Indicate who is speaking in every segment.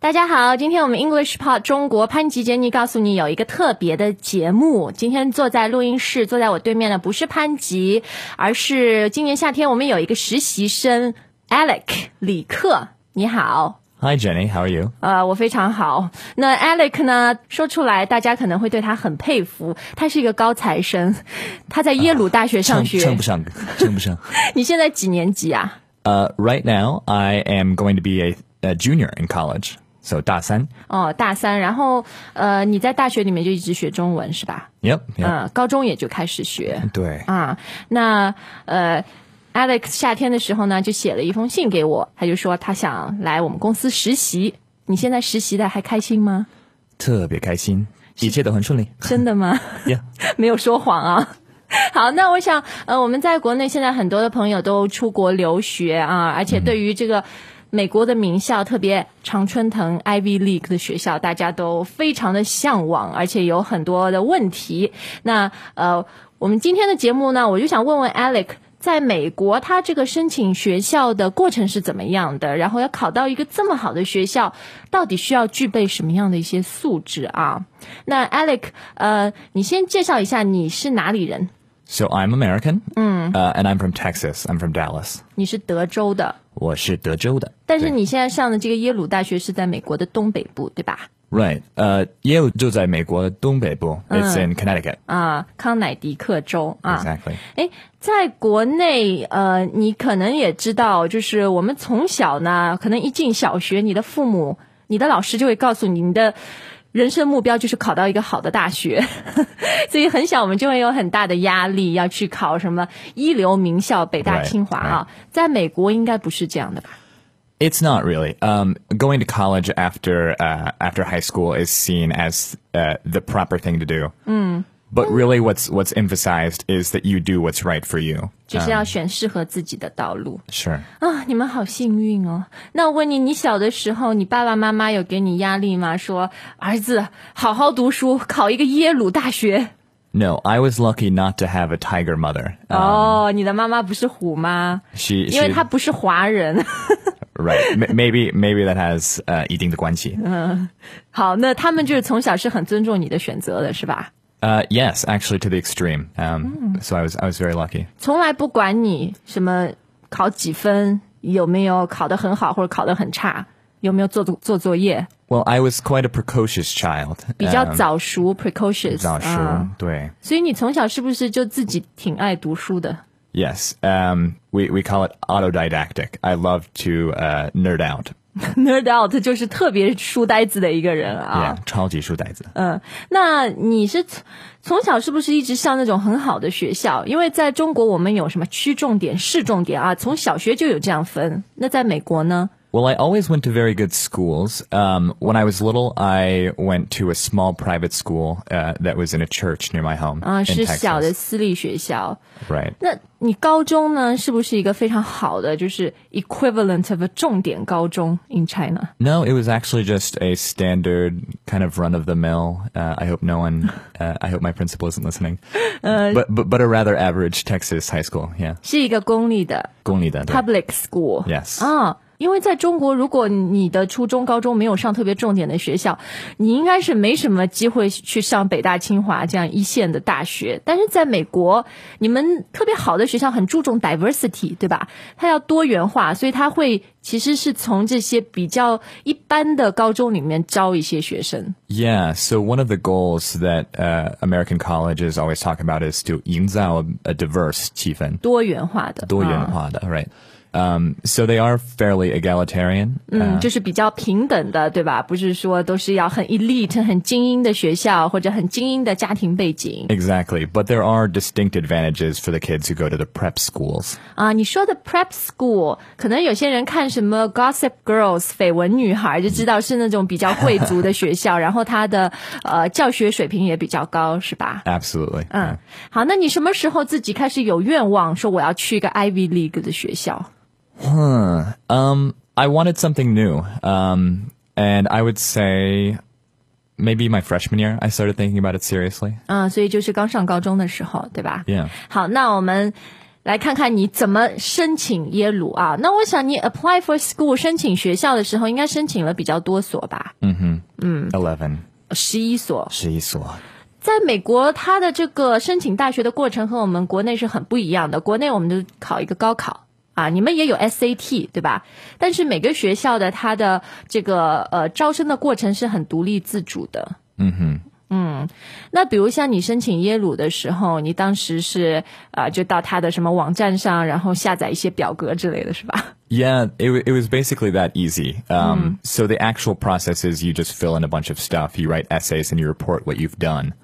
Speaker 1: 大家好，今天我们 English Pod 中国潘吉杰尼告诉你有一个特别的节目。今天坐在录音室，坐在我对面的不是潘吉，而是今年夏天我们有一个实习生 Alec 李克。你好。
Speaker 2: Hi, Jenny. How are you?
Speaker 1: 呃，我非常好。那 Alec 呢？说出来，大家可能会对他很佩服。他是一个高材生，他在耶鲁大学上学。
Speaker 2: 称不上，称不上。
Speaker 1: 你现在几年级啊？
Speaker 2: Uh, right now, I am going to be a, a junior in college. So 大三.
Speaker 1: 哦，大三。然后，呃，你在大学里面就一直学中文是吧？
Speaker 2: Yep. yep.
Speaker 1: 嗯、高中也就开始学。
Speaker 2: 对。
Speaker 1: 啊，那呃，Alex 夏天的时候呢，就写了一封信给我，他就说他想来我们公司实习。你现在实习的还开心吗？
Speaker 2: 特别开心，一切都很顺利。
Speaker 1: 真的吗？
Speaker 2: Yeah.
Speaker 1: 没有说谎啊。 好，那我想，呃，我们在国内现在很多的朋友都出国留学啊，而且对于这个美国的名校，特别常春藤 Ivy League 的学校，大家都非常的向往，而且有很多的问题。那呃，我们今天的节目呢，我就想问问 Alec。在美国，他这个申请学校的过程是怎么样的？然后要考到一个这么好的学校，到底需要具备什么样的一些素质啊？那 Alec，呃，你先介绍一下你是哪里人？
Speaker 2: So I'm American.
Speaker 1: Mm.
Speaker 2: Uh, and I'm from Texas. I'm from Dallas.
Speaker 1: 你是德州的，
Speaker 2: 我是德州的。
Speaker 1: 但是
Speaker 2: 对。
Speaker 1: 你现在上的这个耶鲁大学是在美国的东北部，对吧？
Speaker 2: Right. Uh, Yale 就在美国东北部. It's in Connecticut.
Speaker 1: 啊，康乃狄克州啊。
Speaker 2: Exactly.
Speaker 1: 哎，在国内，呃，你可能也知道，就是我们从小呢，可能一进小学，你的父母、你的老师就会告诉你，你的人生目标就是考到一个好的大学， 所以很小我们就会有很大的压力，要去考什么一流名校，北大、
Speaker 2: Right,
Speaker 1: 清华啊。在美国应该不是这样的吧？
Speaker 2: It's not really. Um, going to college after uh, after high school is seen as uh, the proper thing to do. But really, what's what's emphasized is that you do what's right for you.
Speaker 1: 就是要选适合自己的道路
Speaker 2: Sure.
Speaker 1: 啊！你们好幸运哦。那我问你，你小的时候，你爸爸妈妈有给你压力吗？说儿子好好读书，考一个耶鲁大学。
Speaker 2: No, I was lucky not to have a tiger mother. Uh,
Speaker 1: 哦，你的妈妈不是虎吗？
Speaker 2: she,
Speaker 1: 因为
Speaker 2: she
Speaker 1: 她不是华人。
Speaker 2: right. M- maybe maybe that has uh, 一定的关系.
Speaker 1: 好，那他们就是从小是很尊重你的选择的，是吧？
Speaker 2: Uh, yes, actually, to the extreme. Um, So I was I was very lucky.
Speaker 1: 从来不管你什么考几分，有没有考得很好或者考得很差，有没有做做作业，
Speaker 2: Well, I was quite a precocious child.
Speaker 1: 比较
Speaker 2: Um,
Speaker 1: 早熟、precocious
Speaker 2: 早熟，
Speaker 1: 啊
Speaker 2: 对。
Speaker 1: 所以你从小是不是就自己挺爱读书的？
Speaker 2: Yes. Um, we, we call it autodidactic. I love to uh, nerd out.
Speaker 1: nerd out 就是特别书呆子的一个人啊。
Speaker 2: Yeah, 超级书呆子。
Speaker 1: 那你是从从小是不是一直上那种很好的学校？因为在中国我们有什么区重点、市重点啊，从小学就有这样分。那在美国呢？
Speaker 2: Well, I always went to very good schools. Um, when I was little, I went to a small private school uh, that was in a church near my home
Speaker 1: 啊，
Speaker 2: in
Speaker 1: 是
Speaker 2: Texas.
Speaker 1: 小的私立学校。
Speaker 2: Right.
Speaker 1: 那你高中呢？是不是一个非常好的，就是 equivalent of a 重点高中 in China？
Speaker 2: No, it was actually just a standard kind of run of the mill. Uh, I hope no one. Uh, I hope my principal isn't listening. but, but but a rather average Texas high school. Yeah.
Speaker 1: 是一个公立的
Speaker 2: 公立的，对。
Speaker 1: public school。
Speaker 2: Yes.
Speaker 1: 啊，因为在中国，如果你的初中、高中没有上特别重点的学校，你应该是没什么机会去上北大、清华这样一线的大学。但是在美国，你们特别好的学校很注重 diversity，对吧？它要多元化，所以它会其实是从这些比较一般的高中里面招一些学生。
Speaker 2: Yeah, so one of the goals that uh, American colleges always talk about is to 营造 a, a diverse 气氛,
Speaker 1: 多元化的，啊
Speaker 2: 多元化的, right? Um, so they are fairly egalitarian.
Speaker 1: 嗯，就是比较平等的，对吧？不是说都是要很 elite、很精英的学校或者很精英的家庭背景。
Speaker 2: Exactly, but there are distinct advantages for the kids who go to the prep schools.
Speaker 1: 啊，你说的 prep school，可能有些人看什么 Gossip Girls 绯闻女孩就知道是那种比较贵族的学校，然后它的呃教学水平也比较高，是吧？
Speaker 2: Absolutely.
Speaker 1: 嗯，好，那你什么时候自己开始有愿望，说我要去一个 Ivy League 的学校？
Speaker 2: Um, I wanted something new. Um, and I would say maybe my freshman year, I
Speaker 1: 啊
Speaker 2: started thinking about it seriously.
Speaker 1: 嗯，所以就是刚上高中的时候，对吧
Speaker 2: Yeah.
Speaker 1: 好，那我们来看看你怎么申请耶鲁啊。那我想你 apply for school 申请学校的时候，应该申请了比较多所吧？
Speaker 2: Eleven.
Speaker 1: 十一所。
Speaker 2: 11所.
Speaker 1: 在美国，它的这个申请大学的过程和我们国内是很不一样的。国内我们就考一个高考啊，你们也有 SAT 对吧？但是每个学校的它的这个呃招生的过程是很独立自主的。嗯哼。嗯，那比如像你申请耶鲁的时候，你当时是啊、呃就到他的什么网站上，然后下载一些表格之类的是吧？
Speaker 2: Yeah, it, wa- it was basically that easy. Um, So the actual process is you just fill in a bunch of stuff, you write essays, and you report what you've done.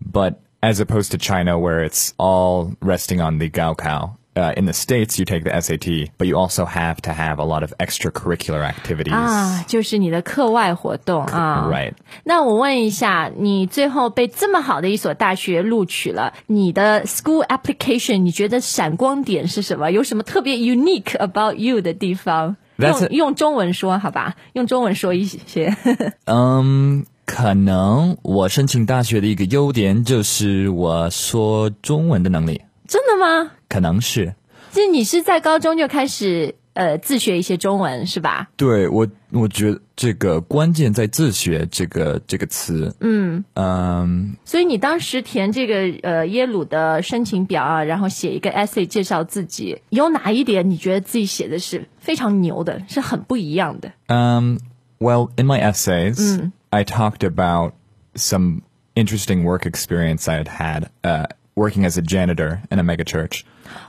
Speaker 2: But as opposed to China, where it's all resting on the Gaokao, uh, in the States, you take the SAT, but you also have to have a lot of extracurricular activities.
Speaker 1: 啊， 就是你的课外活动啊。
Speaker 2: Right.
Speaker 1: 那我问一下，你最后被这么好的一所大学录取了，你的 school application 你觉得闪光点是什么？有什么特别 unique about you 的地方？
Speaker 2: That's
Speaker 1: 用
Speaker 2: a-
Speaker 1: 用中文说好吧，用中文说一些。
Speaker 2: Um, 可能我申请大学的一个优点就是我说中文的能力，
Speaker 1: 真的吗？
Speaker 2: 可能是
Speaker 1: 就你是在高中就开始呃自学一些中文是吧？
Speaker 2: 对我，我觉得这个关键在自学这个这个词。嗯嗯，
Speaker 1: 所以你当时填这个呃耶鲁的申请表啊，然后写一个 essay 介绍自己，有哪一点你觉得自己写的是非常牛的，是很不一样的？
Speaker 2: Um, well, in my essays, I talked about some interesting work experience I had had uh, working as a janitor in a megachurch.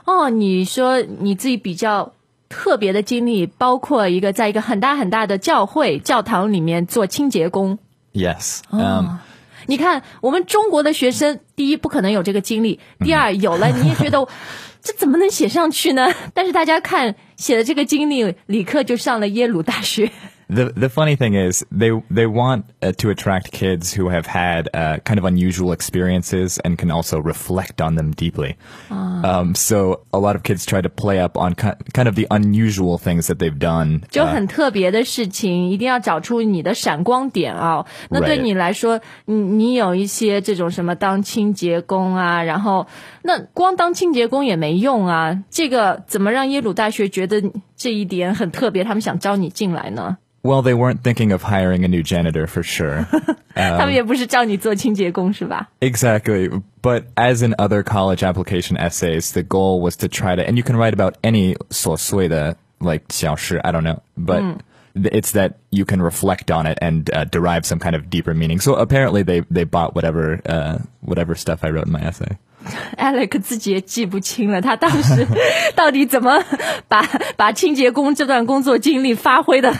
Speaker 1: 哦，你说你自己比较特别的经历，包括一个在一个很大很大的教会教堂里面做清洁工。
Speaker 2: Yes. Um,
Speaker 1: 你看，我们中国的学生，第一不可能有这个经历，第二有了你也觉得这怎么能写上去呢？ 但是大家看写的这个经历，李克就上了耶鲁大学。
Speaker 2: the the funny thing is they they want uh, to attract kids who have had uh, kind of unusual experiences and can also reflect on them deeply. Um, so a lot of kids try to play up on ki- kind of the unusual things that they've done.
Speaker 1: 就很特别的事情，一定要找出你的闪光点啊、那对
Speaker 2: Right.
Speaker 1: 你来说，你你有一些这种什么当清洁工啊，然后那光当清洁工也没用啊。这个怎么让耶鲁大学觉得这一点很特别？他们想招你进来呢？
Speaker 2: Well, they weren't thinking of hiring a new janitor for sure. 嗯
Speaker 1: 他们也不是招你做清洁工是吧？
Speaker 2: Exactly. But as in other college application essays, the goal was to try to, and you can write about any 所谓的, like 小事, I don't know, but th- it's that you can reflect on it and uh, derive some kind of deeper meaning. So apparently they, they bought whatever, uh, whatever stuff I wrote in my essay.
Speaker 1: Alec 自己也记不清了，他当 时到底怎么把把清洁工这段工作经历发挥的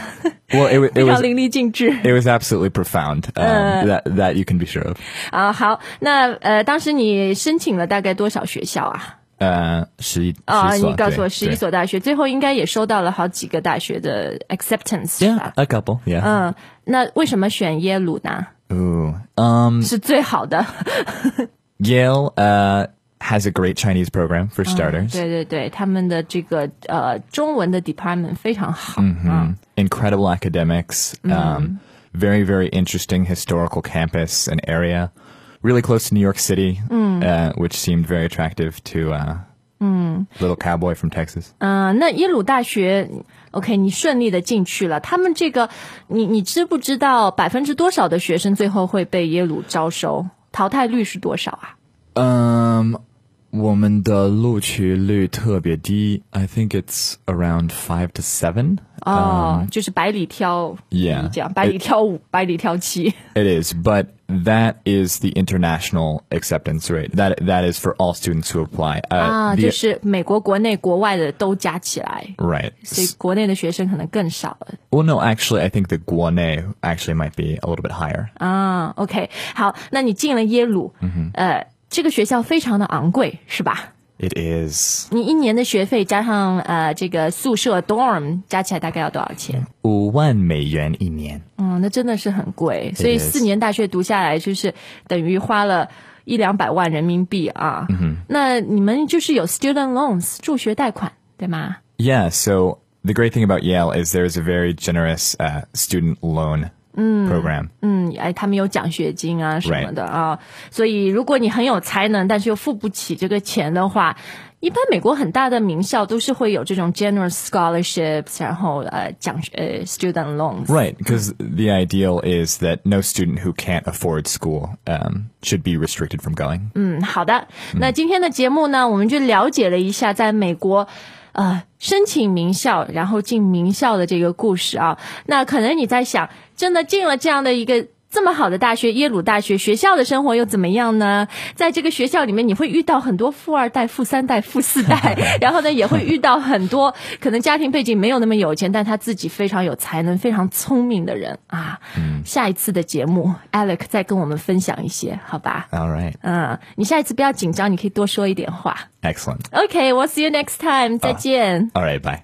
Speaker 2: Well, it, wa- it
Speaker 1: 非常
Speaker 2: was,
Speaker 1: 淋漓尽致。
Speaker 2: it was absolutely profound. Um, that, that you can be sure of.
Speaker 1: 啊，好，那呃，当时你申请了大概多少学校啊？
Speaker 2: Uh, 11
Speaker 1: 啊，
Speaker 2: 11所,
Speaker 1: 你告诉我
Speaker 2: 对，
Speaker 1: 十一
Speaker 2: 对。
Speaker 1: 所大学，最后应该也收到了好几个大学的 acceptance，是
Speaker 2: Yeah,
Speaker 1: 吧？
Speaker 2: a couple. Yeah.
Speaker 1: 嗯，那为什么选耶鲁呢？嗯
Speaker 2: Ooh. Um,
Speaker 1: 是最好的，
Speaker 2: Yale uh, has a great Chinese program
Speaker 1: Oh,
Speaker 2: for starters.
Speaker 1: 对对对，他们的这个呃中文的 department 非常好，嗯
Speaker 2: Incredible academics.
Speaker 1: Mm-hmm.
Speaker 2: Um, very, very interesting historical campus and area. Really close to New York City,
Speaker 1: Mm.
Speaker 2: uh, which seemed very attractive to uh,
Speaker 1: Mm.
Speaker 2: little cowboy from Texas.
Speaker 1: 嗯、那耶鲁大学，OK，你顺利的进去了，他们这个你你知不知道百分之多少的学生最后会被耶鲁招收？淘汰率是多少啊？
Speaker 2: Um, 我们的录取率特别低。I think it's around five to seven.
Speaker 1: 哦，就是百里挑一
Speaker 2: Yeah.
Speaker 1: 这样，百里挑五，百里挑七。
Speaker 2: It is, but that is the international acceptance rate. That that is for all students who apply. Uh,
Speaker 1: 啊，
Speaker 2: the-
Speaker 1: 就是美国国内国外的都加起来，
Speaker 2: right.
Speaker 1: 所以国内的学生可能更少了。
Speaker 2: Well, no, actually, I think the Guane actually might be a little bit higher.
Speaker 1: 啊，OK，好，那你进了耶鲁，呃，这个学校非常的昂贵，是吧？
Speaker 2: It is
Speaker 1: 你一年的学费加上呃这个宿舍 dorm 加起来大概要多少钱？
Speaker 2: 五万美元一年.
Speaker 1: 嗯，那真的是很贵，所以
Speaker 2: is.
Speaker 1: 四年大学读下来就是等于花了一两百万人民币啊。嗯、那你们就是有 student loans 助学贷款对吗？
Speaker 2: Yeah. So the great thing about Yale is there is a very generous uh, student loan program.
Speaker 1: 嗯，哎，他们有奖学金啊什么的啊，所以如果你很有才能，但是又付不起这个钱的话，一般美国很大的名校都是会有这种 generous scholarships，然后呃奖呃 student loans。
Speaker 2: Right, because the ideal is that no student who can't afford school um, should be restricted from going.
Speaker 1: 嗯，好的。那今天的节目呢，我们就了解了一下在美国。呃，申请名校，然后进名校的这个故事啊，那可能你在想，真的进了这样的一个这么好的大学，耶鲁大学，学校的生活又怎么样呢？在这个学校里面，你会遇到很多富二代、富三代、 富四代，然后呢，也会遇到很多可能家庭背景没有那么有钱，但他自己非常有才能、非常聪明的人啊。下一次的节目，Alec 再跟我们分享一些，好吧？
Speaker 2: All right.
Speaker 1: 嗯，你下一次不要紧张，你可以多说一点话。
Speaker 2: Excellent.
Speaker 1: OK，we'll、see you next time，再见。
Speaker 2: All right, bye.